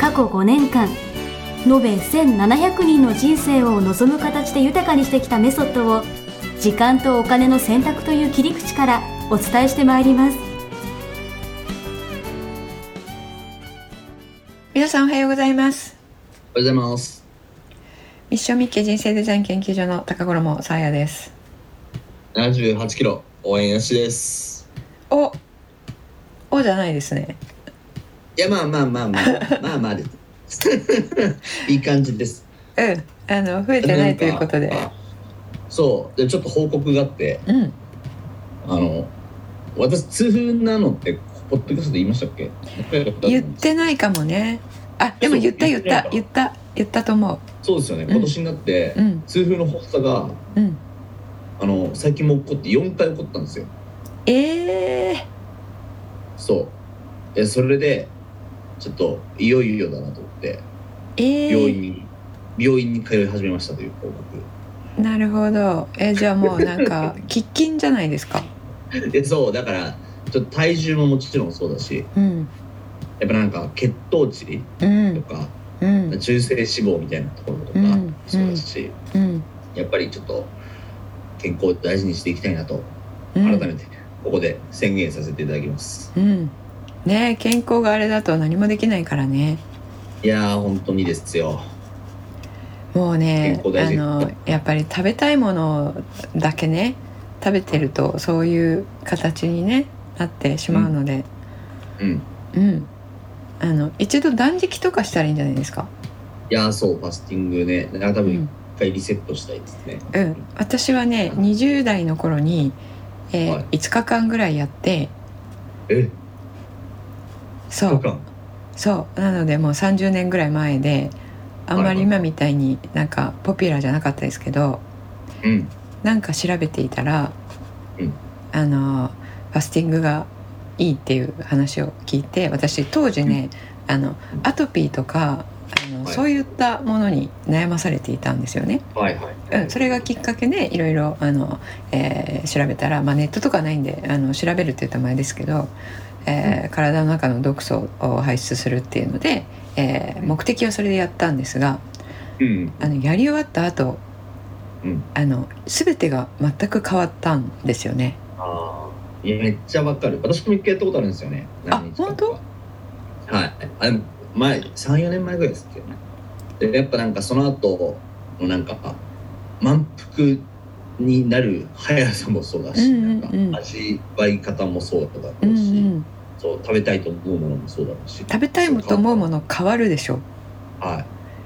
過去5年間延べ1700人の人生を望む形で豊かにしてきたメソッドを時間とお金の選択という切り口からお伝えしてまいります皆さんおはようございますおはようございます。一生ミッケ人生デザイン研究所の高頃もさあやです78キロ応援よしです。おおじゃないですねいやまあまあまあま あまあまあです。 いい感じです。うんあの増えてないということでなんか。そうでちょっと報告があってうんあの私痛風なのってポッドキャストで言いましたっけ？言ってないかもねあでも言ったそ言うった言言った言ったと思そうですよね。ん今年になってう、うん痛風の発作がうんあの最近も起こって4回起こったんですよ。ええそう。えそれでちょっといよいよだなと思って病ええ院に、病院に通い始めましたという報告。なるほどえじゃあも うなんか喫緊じゃないですかでそうだからちょっと体重ももちろんそうだしうんやっぱなんか血糖値うとんか、うん中性脂肪みたいなところとかうんそうだし、うんやっぱりちょっと健康を大事にしていきたいなとうん改めてここで宣言させていただきます、うんね健康があれだと何もできないからねいやー本当にですよもうね健康あ大事のやっぱり食べたいものだけね食べてるとそういう形にねなってしまうのでうんうん、あの一度断食とかしたらいいんじゃないですか、いやーそうファスティングねだから多う分一ん回リセットしたいですね、うん、私はね20代の頃に、えーはい5日間ぐらいやってえそそううかそうなのでもう30年ぐらい前であんまり今みたいになんかポピュラーじゃなかったですけどうんなんか調べていたら、うんあのファスティングがいいっていう話を聞いて私当時ね、あのアトピーとかあの、はいそういったものに悩まされていたんですよね。はいはい、うん、それがきっかけでいろいろあの、えー調べたら、まあ、ネットとかないんであの調べるって言ったら前ですけど、えー体の中の毒素を排出するっていうので、えー目的はそれでやったんですがうんあのやり終わった後、うんあの全てが全く変わったんですよね。ああ、いや、めっちゃわかる。私も一回やったことあるんですよね。あ何日間かはい。あ、でも、前、三四年前ぐらいですっけど。で、やっぱなんか、その後、のなんか、満腹になる速さもそうだし、うんうんうんなんか、味わい方もそうだろううんうし、ん、そう、食べたいと思うものもそうだろうし。食べたいと思うもの変わるでしょ。は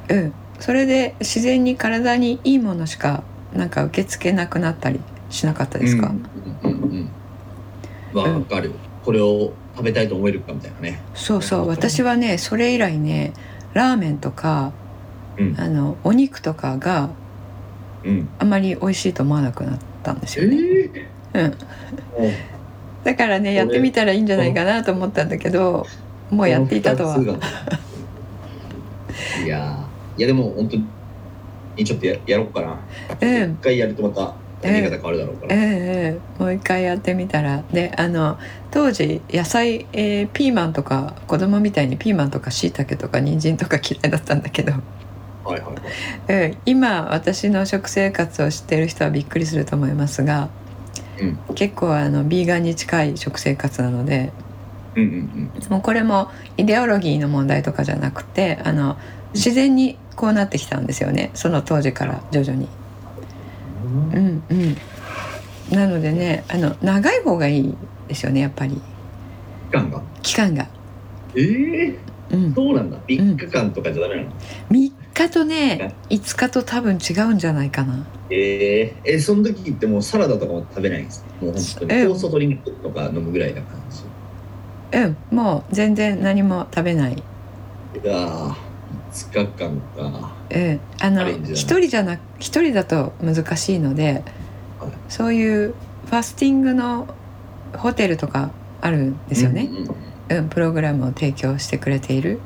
うん、それで自然に体にいいものしかなんか受け付けなくなったりしなかったい。ですか、うんうんうんうん。わ、かる。これを食べたいと思えるかみたいなね。そうそう私はねそれ以来ねラーメンとかうん。あのお肉とかがうん。あまり美味しいと思わなくなったんですよね、えうん、ーだからねやってみたらいいんじゃないかなと思ったんだけどもうやっていたとはこの二つがいやーいやでも本当にちょっとややろうかな。うん一回やるとまた見え方変わるだろうから。ええもう一回やってみたらであの当時野菜、えーピーマンとか子供みたいにピーマンとか椎茸とか人参とか嫌いだったんだけど、 はいはいはい。うん、今私の食生活を知ってる人はびっくりすると思いますが、う結構あのビーガンに近い食生活なのでうんうんもうこれもイデオロギーの問題とかじゃなくてあの自然にこうなってきたんですよねその当時から徐々に。うん。うんうん、なのでねあの長い方がいいですよねやっぱり期間が。期間が、ええうん、3そうなんだ。三日間とかじゃダメなの。日とね5日と多分違うんじゃないかなえええその時ってもうサラダとかも食べないんです。もう本当ええに酵素ドリンクとか飲むぐらいな感じ。うんもう全然何も食べないいやー2日間かうん、あアのレンジ一じゃ人なじゃな一人だと難しいので、はいそういうファスティングのホテルとかあるんですよね、うんうんうんプログラムを提供してくれている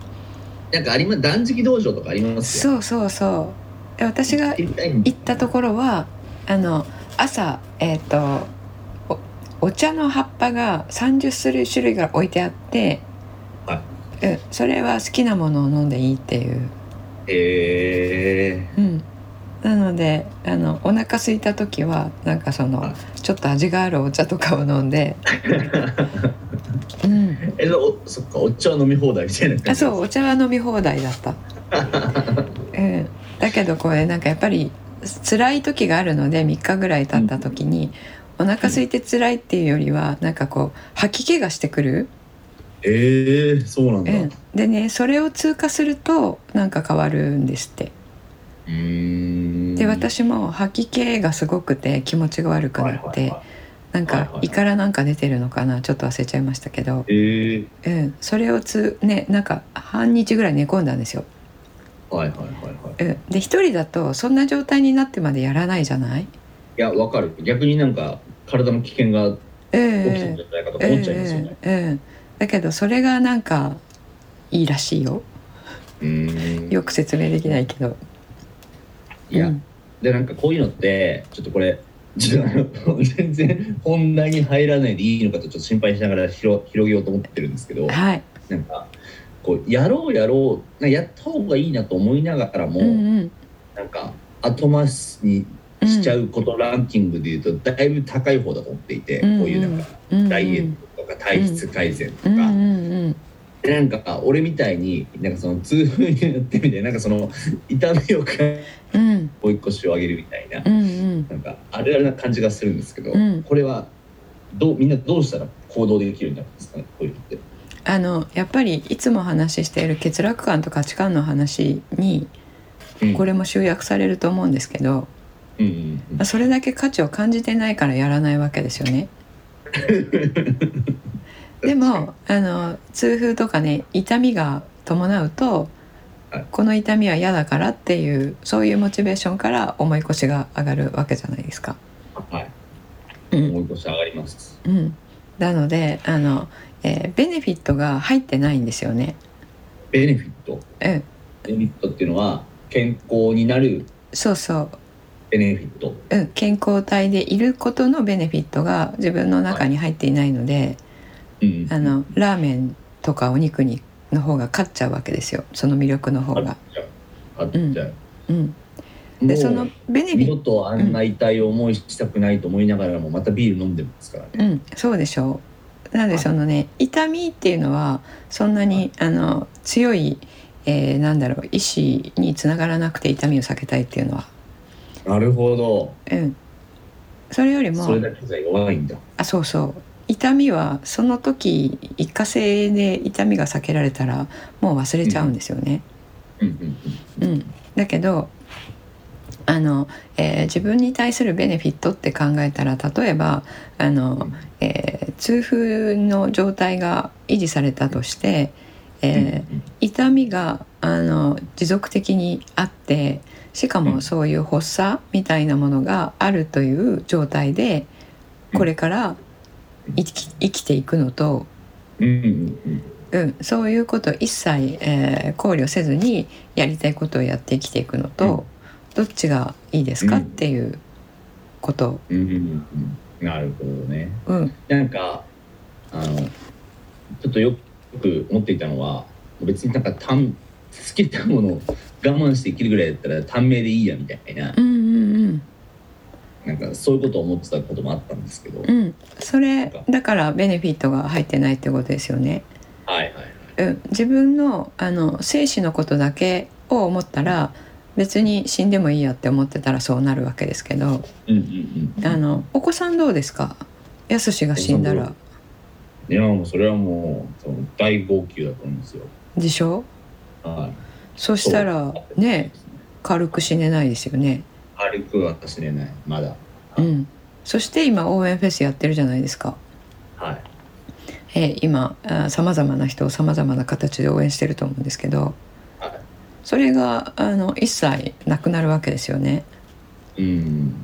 なんかありま断食道場とかありますよそうそうそうで私が行ったいんだ行ったところはあの朝えっ、とおお茶の葉っぱが30種類種類が置いてあって、はうん、それは好きなものを飲んでいいっていうへえうん、なのであのお腹空いた時はなんかそのはちょっと味があるお茶とかを飲ん で、うん、えおそっかお茶飲み放題みたいな感じあそうお茶は飲み放題だ った、うん、だけどこれなんかやっぱり辛い時があるので3日ぐらい経った時に、お腹空いて辛いっていうよりはなんかこう吐き気がしてくる、ええそうなんうだん、でねそれを通過するとなんか変わるんですってうーんで私も吐き気がすごくて気持ちが悪くなって、はいはいはなんはいかはい胃からなんか出てるのかなちょっと忘れちゃいましたけど、いへえうん、それをつねなんか半日ぐらい寝込んだんですよ、はいはいはいはいうん、で一人だとそんな状態になってまでやらないじゃない、いやわかる逆になんか体の危険がうん起きてるんじゃないかとか思っちゃいますよね、うんうんだけどそれがなんかいいらしいようーんよく説明できないけどいや、うんでなんかこういうのってちょっとこれちょっとあの全然本題に入らないでいいのかとちょっと心配しながら広広げようと思ってるんですけどはい、なんかこうやろうやろうなんかやった方がいいなと思いながらも、うんうんなんか後回しにうん、しちゃうことランキングでいうとだいぶ高い方だと思っていて、うんこういうなんかうんうんダイエットとか体質改善とか、うんうんうんでなんか俺みたいになんかその痛風になってみたいななんかその痛みを追うんい越しを上げるみたいなうんうんなんかあるあるな感じがするんですけど、うんこれはどうみんなどうしたら行動できるようになるんですかねこういうのって。あのやっぱりいつも話している欠落感と価値観の話にうんこれも集約されると思うんですけど、うんうんうんまあそれだけ価値を感じてないからやらないわけですよね。でもあの痛風とかね痛みが伴うとはいこの痛みは嫌だからっていうそういうモチベーションから思い越しが上がるわけじゃないですか。はい、うん思い越し上がります。うん、なのであの、えーベネフィットが入ってないんですよね。ベネフィット、うん、ベネフィットっていうのは健康になるそうそうベネフィット。うん、健康体でいることのベネフィットが自分の中に入っていないので、うん、あのラーメンとかお肉にの方が勝っちゃうわけですよその魅力の方あっが。ちゃう。あっちゃう。うん、もでうそのベネフ二ィ度ッとあんな痛い思いしたくないと思いながらもまたビール飲んでますからね。ト、うん、そうでしょうなのではいそのね痛みっていうのはそんなにあの強い、えーなんだろう意思につながらなくて痛みを避けたいっていうのは、なるほど。うん、それよりもそれだけじゃ弱いんだ。あそうそう痛みはその時一過性で痛みが避けられたらもう忘れちゃうんですよね。うんうんうんだけどあの、えー自分に対するベネフィットって考えたら例えばあうのん、えー痛風の状態が維持されたとして、えーうん痛みがあの持続的にあってしかうもんそういう発作みたいなものがあるという状態でうんこれから生き生きていくのと、うんうんうんうん、そういうことを一切、えー考慮せずにやりたいことをやって生きていくのと、どっちがいいですかうんっていうこと、うんうんうんうんなるほどね。うんなんかあのちょっとよく思っていたのは別になんか単好きなものを我慢して生きるぐらいだったら短命でいいやみたいなうんうんうんなんかそういうことを思ってたこともあったんですけど、うんそれだからベネフィットが入ってないってことですよね。はいはいはい。うん、自分のあの生死のことだけを思ったら別に死んでもいいやって思ってたらそうなるわけですけどうんうんうん。あのお子さんどうですかやすしが死んだらいやもうそれはもうその大号泣だと思うんですよ。でしょはそい。したらそうね。軽く死ねないですよね、軽くは死ねないまだ。うん、そして今応援フェスやってるじゃないですか、はい。えー今さまざまな人をさまざまな形で応援してると思うんですけどはいそれがあの一切なくなるわけですよね。うん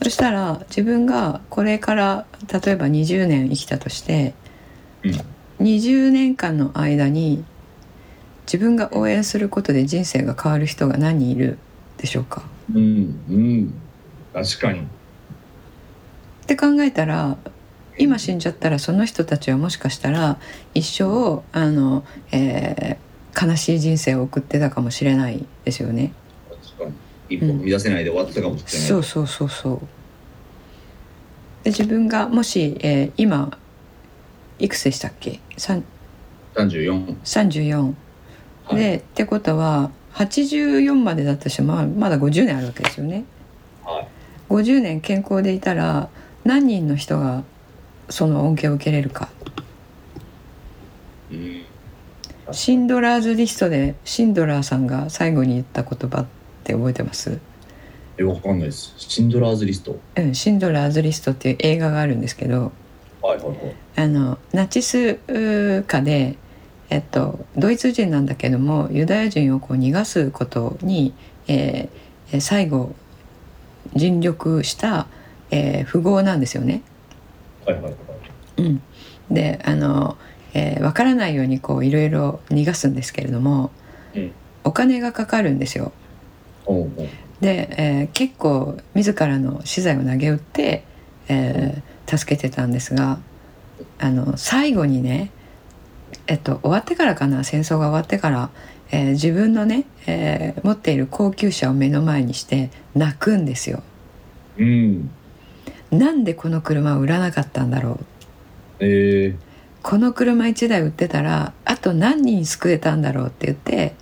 そしたら自分がこれから例えば20年生きたとして、うん20年間の間に自分が応援することで人生が変わる人が何人いるでしょうかうんうん確かにって考えたら今死んじゃったらその人たちはもしかしたら一生あの、えー悲しい人生を送ってたかもしれないですよね。確かに一歩踏み出せないで終わってたかもしれない、そうそうそうそう。で自分がもし、えー今いくつでしたっけさん34 34はいで、ってことは84までだとしてもまあまだ50年あるわけですよね。はい50年健康でいたら何人の人がその恩恵を受けれるかうんシンドラーズリストでシンドラーさんが最後に言った言葉って覚えてますえわかんないですシンドラーズリストうん、シンドラーズリストっていう映画があるんですけどはいはいはいあのナチスうー下で、えっと、ドイツ人なんだけどもユダヤ人をこう逃がすことに、えーえー最後尽力した、えー富豪なんですよね。はいはいはいうん、であの、えー、分からないようにこういろいろ逃がすんですけれども、うんお金がかかるんですよ。おうおうで、えー結構自らの資材を投げ打って、えー助けてたんですがあの最後にね、えっと、終わってからかな戦争が終わってから、えー自分のね、えー持っている高級車を目の前にして泣くんですよ。うんなんでこの車を売らなかったんだろうえー、この車1台売ってたらあと何人救えたんだろうって言って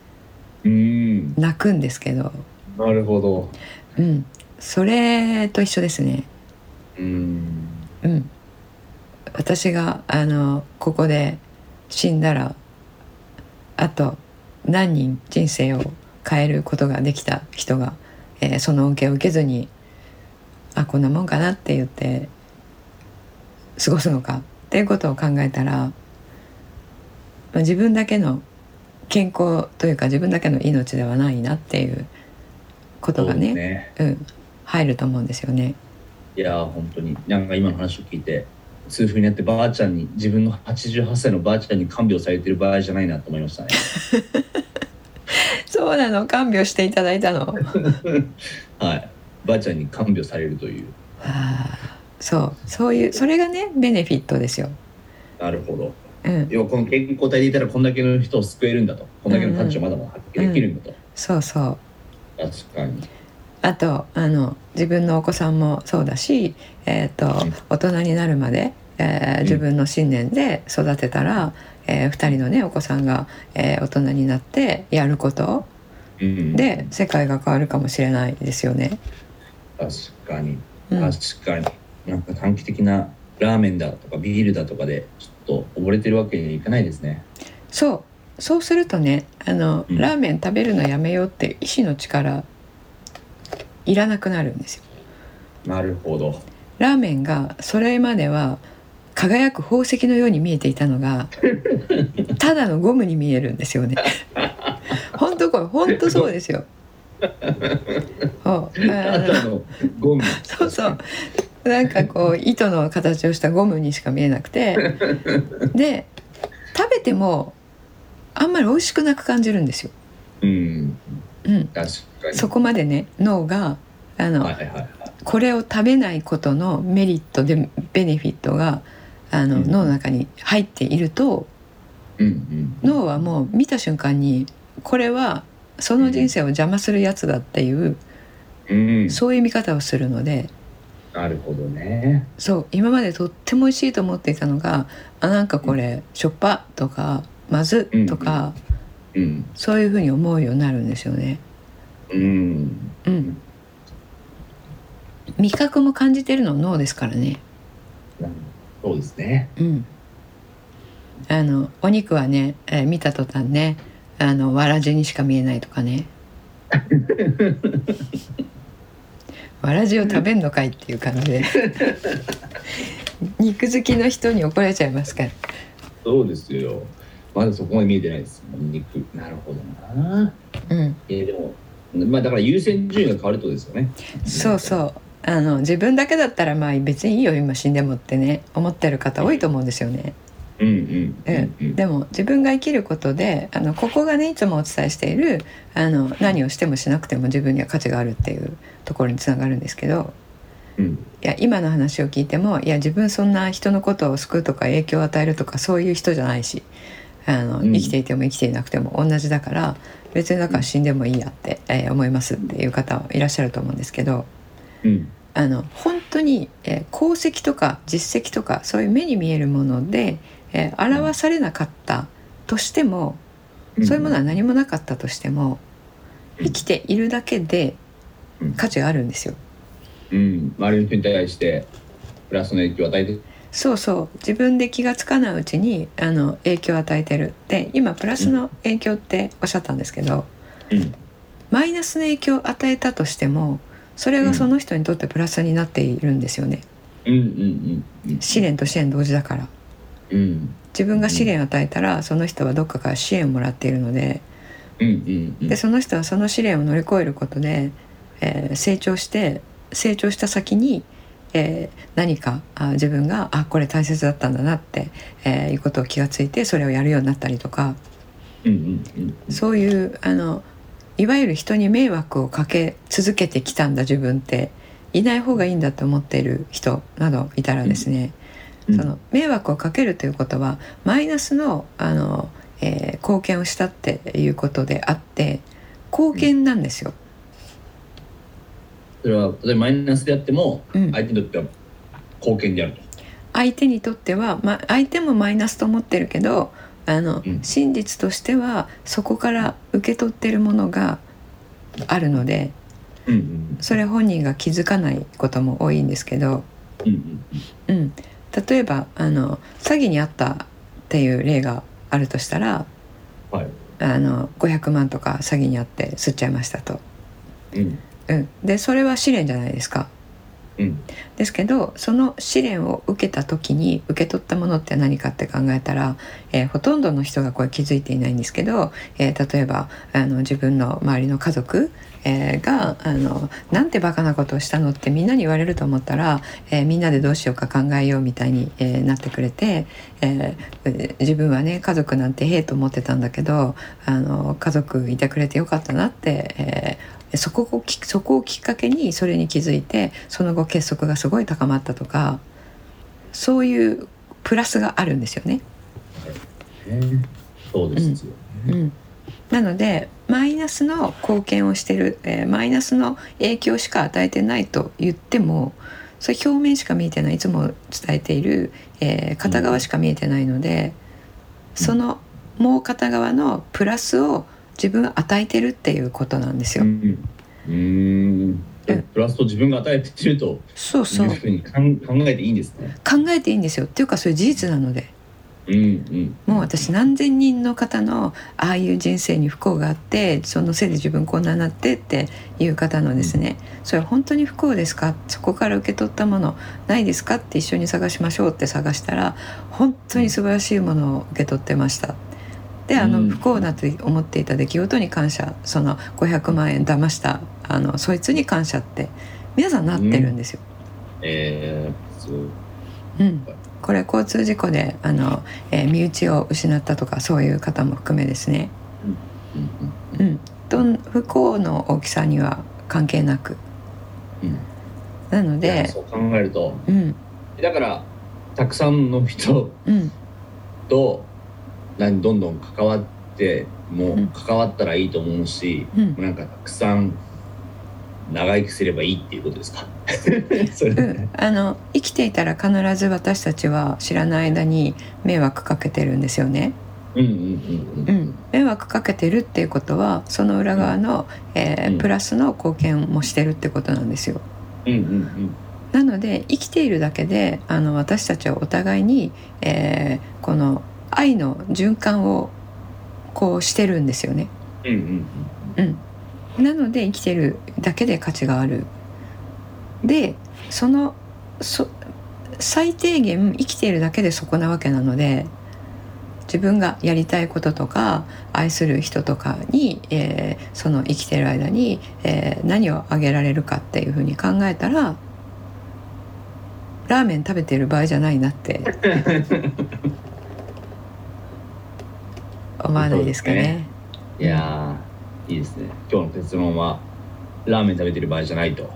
うん泣くんですけど、なるほどうん、それと一緒ですね。うんうん、私があのここで死んだらあと何人人生を変えることができた人が、えーその恩恵を受けずにあこんなもんかなって言って過ごすのかっていうことを考えたら、まあ自分だけの健康というか自分だけの命ではないなっていうことがそうでねすうねん、入ると思うんですよね。いやー本当になんか今の話を聞いて痛風になってばあちゃんに自分の88歳のばあちゃんに看病されてる場合じゃないなと思いましたね そうなの看病していただいたの。はいばあちゃんに看病されるというああ そうそういうそれがねベネフィットですよ。なるほどうん、要はこの健康体でいたらこんだけの人を救えるんだとこんだけの価値をまだまだ発揮できるんだと、そうそう。確かにあとあの自分のお子さんもそうだし、えー、と大人になるまで、えー自分の信念で育てたら、え2人のねお子さんが、えー大人になってやることうんで世界が変わるかもしれないですよね。確かにうん、確かに、なんか短期的なラーメンだとかビールだとかでちょっと溺れてるわけにいかないですねそうそうするとねあの、うんラーメン食べるのやめようって意志の力いらなくなるんですよ。なるほどラーメンがそれまでは輝く宝石のように見えていたのがただのゴムに見えるんですよね。本当これ本当そうですよ。そう ああとのあのゴム そうそうなんかこう糸の形をしたゴムにしか見えなくてで食べてもあんまり美味しくなく感じるんですよ。うんうん、確かにそこまでね脳があの、はいはいはいこれを食べないことのメリットでベネフィットがあの、うん脳の中に入っているとうんうん脳はもう見た瞬間にこれはその人生を邪魔するやつだっていう、うんそういう見方をするのでなるほどねそう今までとっても美味しいと思っていたのがあなんかこれしょっぱとかまずとか、うんそういうふうに思うようになるんですよね。うんうん、味覚も感じてるのは脳ですからね。そうですねうん、あのお肉はね、えー見た途端ねあのわらじにしか見えないとかねわらじを食べんのかいっていう感じで肉好きの人に怒られちゃいますからそうですよまだそこまで見えてないです。肉。なるほどな。うん、えー、でも、まあだから優先順位が変わるってことですよね。そうそうあの自分だけだったらまあ別にいいよ今死んでもってね思ってる方多いと思うんですよね。うんうんうんうん。でも自分が生きることであのここがねいつもお伝えしているあの何をしてもしなくても自分には価値があるっていうところにつながるんですけどうんいや今の話を聞いてもいや自分そんな人のことを救うとか影響を与えるとかそういう人じゃないしあのうん生きていても生きていなくても同じだから別にだから死んでもいいやって、えー思いますっていう方もいらっしゃると思うんですけどうんあの本当に、えー功績とか実績とかそういう目に見えるもので、えー表されなかったとしても、うん。そういうものは何もなかったとしてもうん生きているだけでうん価値があるんですよ。うん、周りの人に対してプラスの影響を与えてそうそう自分で気がつかないうちにあの影響を与えてるで今プラスの影響っておっしゃったんですけど、うんマイナスの影響を与えたとしてもそれがその人にとってプラスになっているんですよね、うんうんうんうん試練と支援同時だからうん自分が試練を与えたらその人はどっかから支援をもらっているのでうんうんうんでその人はその試練を乗り越えることで、えー成長して成長した先に、えー何かあ自分があこれ大切だったんだなって、えーいうことを気がついてそれをやるようになったりとかうんうんうんそういうあのいわゆる人に迷惑をかけ続けてきたんだ自分っていない方がいいんだと思っている人などいたらですね、うんその迷惑をかけるということはマイナスのあの、えー貢献をしたっていうことであって貢献なんですよ。それは例えばマイナスであってもうん相手にとっては貢献であると相手にとっては、ま、相手もマイナスと思ってるけどあの、うん真実としてはそこから受け取ってるものがあるのでうんうんそれ本人が気づかないことも多いんですけど、うんうんうん、例えばあの詐欺にあったっていう例があるとしたらはいあの500万とか詐欺にあって吸っちゃいましたと。うんうん、でそれは試練じゃないですか。うんですけどその試練を受けた時に受け取ったものって何かって考えたら、えーほとんどの人がこれ気づいていないんですけど、えー例えばあの自分の周りの家族、えーがあの「なんてバカなことをしたの?」ってみんなに言われると思ったら、えーみんなでどうしようか考えようみたいに、えーなってくれて、えー自分はね家族なんてへえと思ってたんだけどあの家族いてくれてよかったなって、えーそこをきそこをきっかけにそれに気づいてその後結束がすごい高まったとかそういうプラスがあるんですよね。ねそうですようねん、なのでマイナスの貢献をしてる、えーマイナスの影響しか与えてないと言ってもそれ表面しか見えてないいつも伝えている、えー片側しか見えてないので、うんそのもう片側のプラスを自分は与えてるっていうことなんですよ。うんううんんプラスと自分が与えてるとそういそううふうにかん考えていいんですね考えていいんですよっていうかそれ事実なので。うんうんもう私何千人の方のああいう人生に不幸があってそのせいで自分こんなになってっていう方のですね、それ本当に不幸ですかそこから受け取ったものないですかって一緒に探しましょうって探したら本当に素晴らしいものを受け取ってました。であうのん不幸だと思っていた出来事に感謝その500万円騙したあのそいつに感謝って皆さんなってるんですよ。えーそううん、これ交通事故であの、えー身内を失ったとかそういう方も含めですね、うんううんん、どん不幸の大きさには関係なくうんなのいやでそう考えるとうんだからたくさんの人うんと何どんどん関わってもうんう関わったらいいと思うし、うんなんかたくさん長生きすればいいっていうことですか それ、うん、あの生きていたら必ず私たちは知らない間に迷惑かけてるんですよね。うんうんうんううんん、迷惑かけてるっていうことはその裏側の、えーうんプラスの貢献もしてるってことなんですよ。うんうんなので生きているだけであの私たちはお互いに、えーこの愛の循環をこうしてるんですよね。うんうんうんうん、なので生きてるだけで価値がある。でそのそ最低限生きているだけでそこなわけなので自分がやりたいこととか愛する人とかに、えーその生きてる間に、えー何をあげられるかっていうふうに考えたらラーメン食べてる場合じゃないなって思わないですかね。いやーいいですね今日の結論はラーメン食べてる場合じゃないと、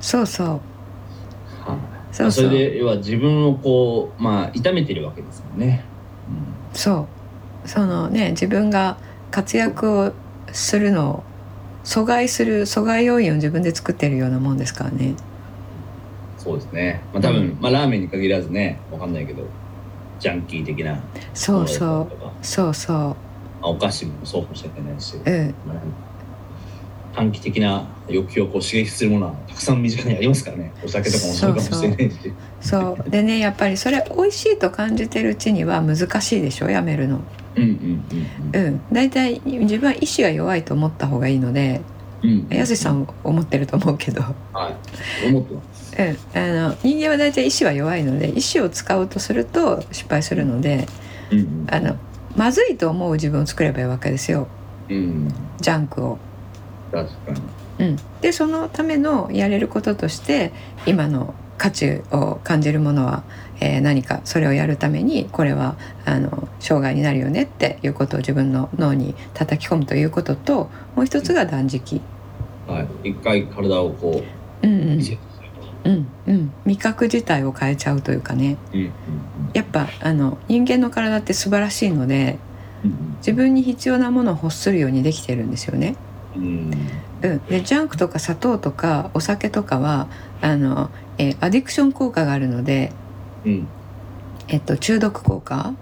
そうそうはいそうそそうれで要は自分をこうまあ痛めてるわけですもんね、そうそのね自分が活躍をするのを阻害する阻害要因を自分で作ってるようなもんですからねうん、そうですねまあ多分、まあ、ラーメンに限らずねわかんないけどジャンキー的なそうものそだったりとうかそうそまあ、お菓子もそうかもしれないし、ううんまあ短期的な欲求をこう刺激するものはたくさん身近にありますからねお酒とかもそうかもしれないしそうでねやっぱりそれ美味しいと感じてるうちには難しいでしょやめるのうんうんうんううん大体自分は意志が弱いと思った方がいいのでんうんやすしさんん思ってると思うけど、うん、あはい思ってますの人間は大体意志は弱いので意志を使おうとすると失敗するのでうんうんあのまずいと思う自分を作ればいいわけですようんジャンクを。確かにうん、でそのためのやれることとして今の価値を感じるものは、えー何かそれをやるためにこれはあの障害になるよねっていうことを自分の脳に叩き込むということともう一つが断食。はい一回体をこうんううんリセットするうんうん、味覚自体を変えちゃうというかねうんうんやっぱあの人間の体って素晴らしいのでうんうん自分に必要なものを欲するようにできてるんですよね。うんうん、でジャンクとか砂糖とかお酒とかはあの、えーアディクション効果があるので、うんえっと、中毒効果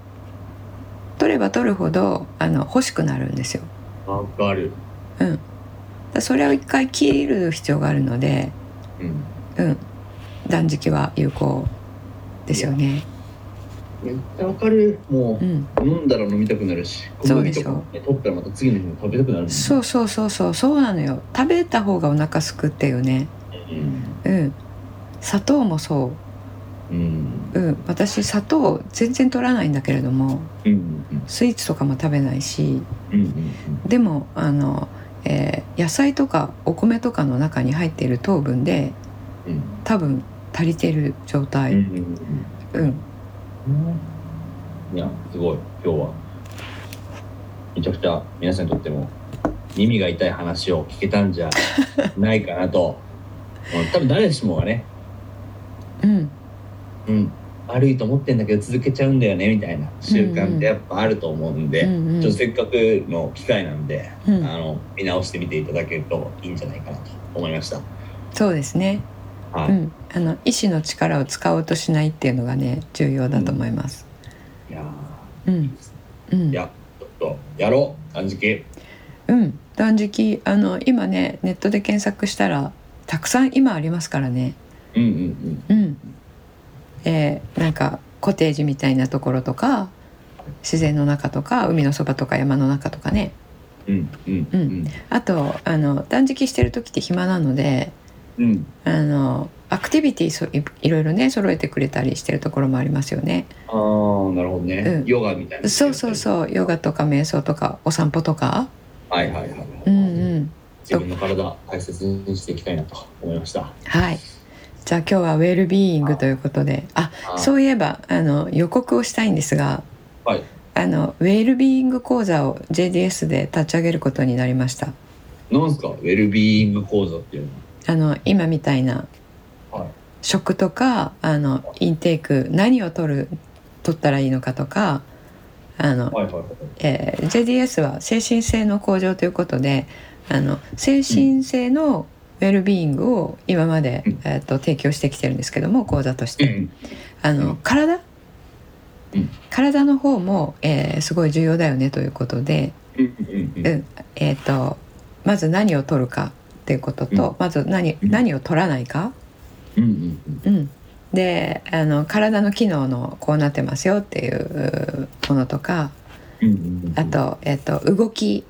取れば取るほどあの欲しくなるんですよ。わかるだそれを一回切る必要があるので、うんうん、断食は有効ですよね。めっちゃわかるもうん、う飲んだら飲みたくなるしそうでしょ小麦とか取ったらまた次の日も食べたくなる、そううそうそうそうそうなのよ。食べた方がお腹すくってよね。うんうん、砂糖もそうんう。うん、私砂糖全然取らないんだけれどもうんうんスイーツとかも食べないし。うんうんでもあの、えー野菜とかお米とかの中に入っている糖分でうん多分足りてる状態、ううんんうんいやすごい今日はめちゃくちゃ皆さんにとっても耳が痛い話を聞けたんじゃないかな とうん多分誰しもがね、うんうん、悪いと思ってんだけど続けちゃうんだよねみたいな習慣ってやっぱあると思うんで、うんうんちょっとせっかくの機会なんで、うんあの見直してみていただけるといいんじゃないかなと思いました。そうですね、はうい、ん、あの意志の力を使おうとしないっていうのがね重要だと思います。いやうんうーんいやちょっとやろう断食うん、断食あの今ねネットで検索したらたくさん今ありますからね、うんうんうんうんえーなんかコテージみたいなところとか自然の中とか海のそばとか山の中とかね、うんうんうんあとあの断食してる時って暇なのでうんあのアクティビティそいいろいろね揃えてくれたりしてるところもありますよね。ああなるほどね、うんヨガみたいなそうそうそうヨガとか瞑想とかお散歩とか、はいはいはい、うんうん、自分の体大切にしていきたいなと思いましたはいじゃあ今日はウェルビーイングということであそうういえばあの予告をしたいんですが、はいあのウェルビーイング講座を JDS で立ち上げることになりました。なんですかウェルビーイング講座っていうのあの今みたいなはい食とかあのインテーク何を取る取ったらいいのかとかあの、はいはいはいえー JDS は精神性の向上ということであの精神性のウェルビーイングを今まで、うんえー、と提供してきてるんですけども講座としうて、んあうのん体、うん体の方も、えーすごい重要だよねということで、うんうんうんえー、とまず何を取るかっていうことと、うんまず何うん何を取らないか、うんうんうんうん、であの体の機能のこうなってますよっていうものとかうんうんうんあと,、えっと動き、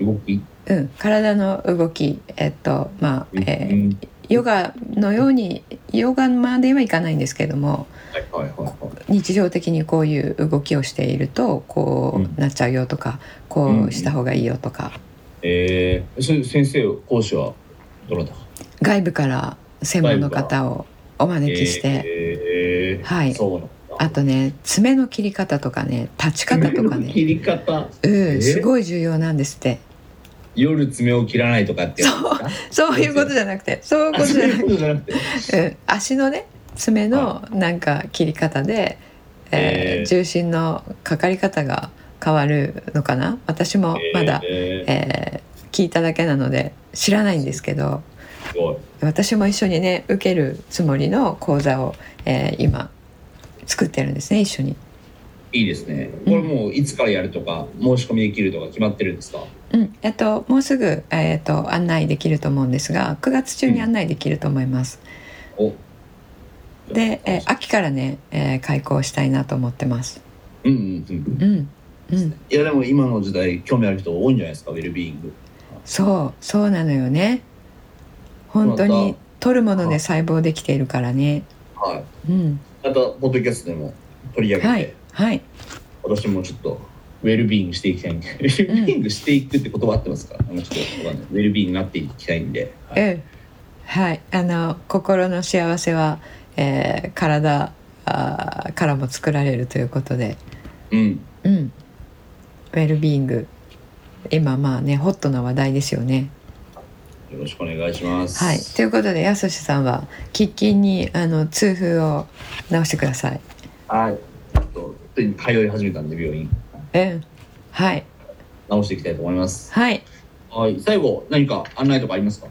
動きうん、体の動き、えっとまあえーうんヨガのようにヨガまではいかないんですけどもはいはいはい日常的にこういう動きをしているとこうんうなっちゃうよとかこうした方がいいよとかえー、それ先生講師はどなた外部から専門の方をお招きしてえー、はいそうなんだあとね爪の切り方とかね立ち方とか爪の切ねり方うんーすごい重要なんですって夜爪を切らないとかってやつですかそういうことじゃなくてそういうこあとそうじゃないいうことじゃなくうてん、足のね爪のなんか切り方で、えーえー重心のかかり方が変わるのかな私もまだ、えーえー聞いただけなので知らないんですけどすごい私も一緒にね受けるつもりの講座を、えー今作ってるんですね一緒に。いいですねこれもういつからやるとか申し込みできるとか決まってるんですかうん、えっともうすぐ、えっと案内できると思うんですが9月中に案内できると思います。おで、えー秋からね、えー開講したいなと思ってます。うんうんううんん、うんいやでも今の時代興味ある人多いんじゃないですかウェルビーイングそうそうなのよね本当まにた取るものはでい細胞できているからねはいうんまたポッドキャストでも取り上げて、はいはい私もちょっとウェルビーイングしていきたいんでウェルビーイングしていくって言葉合ってますか、あのちょっとわかんないウェルビーイングになっていきたいんで、はいうんはいあの心の幸せは、えー体あーからも作られるということでうんうんウェルビーイング今まあねホットな話題ですよねよろしくお願いしますはいということでやすしさんは喫緊にあの痛風を治してくださいはいちょっとついに通い始めたんで病院うんはい直していきたいと思いますはいはい最後何か案内とかありますか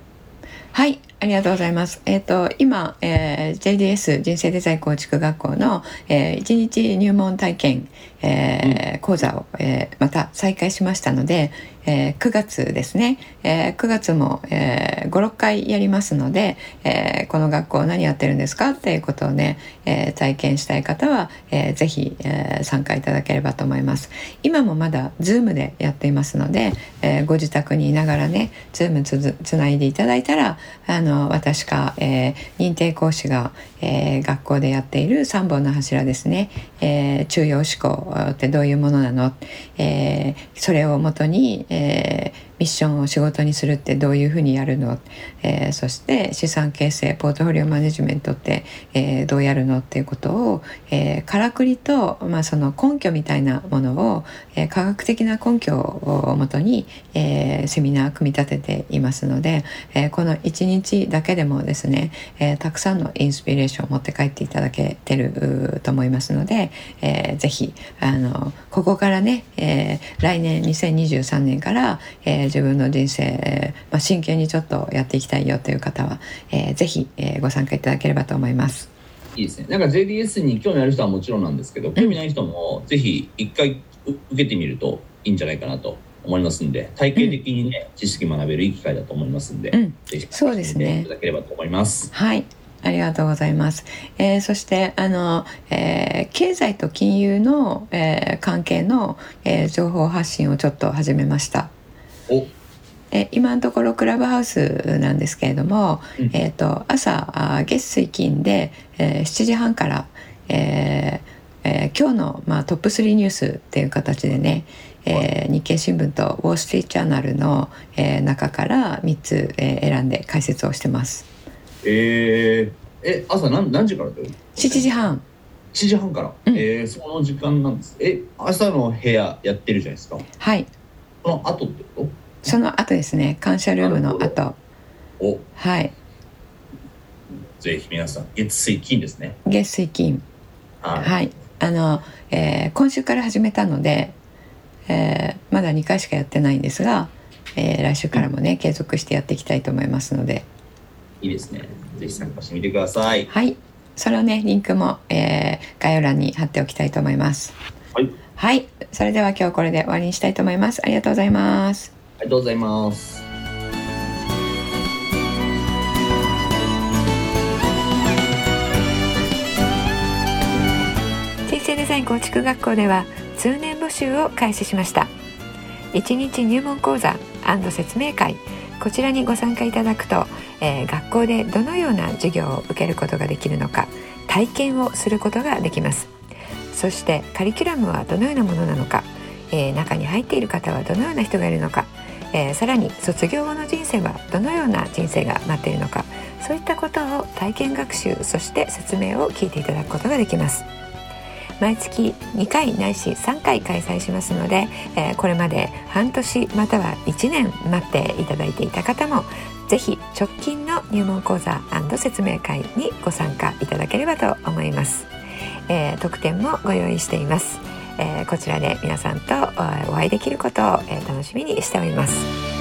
はい、ありがとうございます。えっ、と今、えー JDS 人生デザイン構築学校の、え1日入門体験、えー講座を、えーまた再開しましたので、えー9月ですね、えー9月も、えー5、6回やりますので、えーこの学校何やってるんですかっていうことをね、えー体験したい方は、えーぜひ、えー参加いただければと思います。今もまだ Zoom でやっていますので、えーご自宅にいながらね Zoom つづつないでいただいたらあの私か、えー認定講師が、えー学校でやっている3本の柱ですね、えー中庸思考ってどういうものなの、えーそれをもとに、えーミッションを仕事にするってどういうふうにやるの、えーそして資産形成ポートフォリオマネジメントって、えーどうやるのっていうことを、えーからくりと、まあ、その根拠みたいなものを、えー科学的な根拠をもとに、えーセミナー組み立てていますので、えーこの1日だけでもですね、えーたくさんのインスピレーションを持って帰っていただけてるうーと思いますので、えーぜひあのここからね、えー来年2023年から、えー自分の人生、えーまあ、真剣にちょっとやっていきたいよという方は、えーぜひ、えーご参加いただければと思います。いいですね。なんか JDS に興味ある人はもちろんなんですけど、興味ない人もぜひ一回う受けてみるといいんじゃないかなと思いますんで、体系的にね、知識学べるいい機会だと思いますんで、うんぜひそうですね聞いていただければと思います。はい。ありがとうございます。えーそして、あの、えー経済と金融の、えー関係の、えー情報発信をちょっと始めました。お、え今のところクラブハウスなんですけれども、うんえー、と朝あー月水金で、えー7時半から、えーえー今日の、まあ、トップ3ニュースっていう形でね、えー日経新聞とウォール・ストリート・ジャーナルの、えー中から3つ、えー選んで解説をしてます。えー、え、朝何何時からだよ。 7時半。半7時半から。うんえーその時間なんです。え、朝の部屋やってるじゃないですか。はいその後ってこその後ですね感謝ルームの後とお、はいぜひ皆さん、月水金ですね。月水金はい。はい、あの、えー今週から始めたので、えーまだ2回しかやってないんですが、えー来週からもね継続してやっていきたいと思いますので、いいですね。ぜひ参加してみてください。はい、それをねリンクも、えー概要欄に貼っておきたいと思います。はい、はい、それでは今日これで終わりにしたいと思います。ありがとうございます。ありがとうございます。人生デザイン構築学校では通年募集を開始しました1日入門講座説明会こちらにご参加いただくと、えー学校でどのような授業を受けることができるのか体験をすることができますそしてカリキュラムはどのようなものなのか、えー中に入っている方はどのような人がいるのか、えーさらに卒業後の人生はどのような人生が待っているのかそういったことを体験学習そして説明を聞いていただくことができます毎月2回ないし3回開催しますので、えーこれまで半年または1年待っていただいていた方もぜひ直近の入門講座説明会にご参加いただければと思います、えー特典もご用意しています、えーこちらで皆さんとえーお会いできることをえー楽しみにしております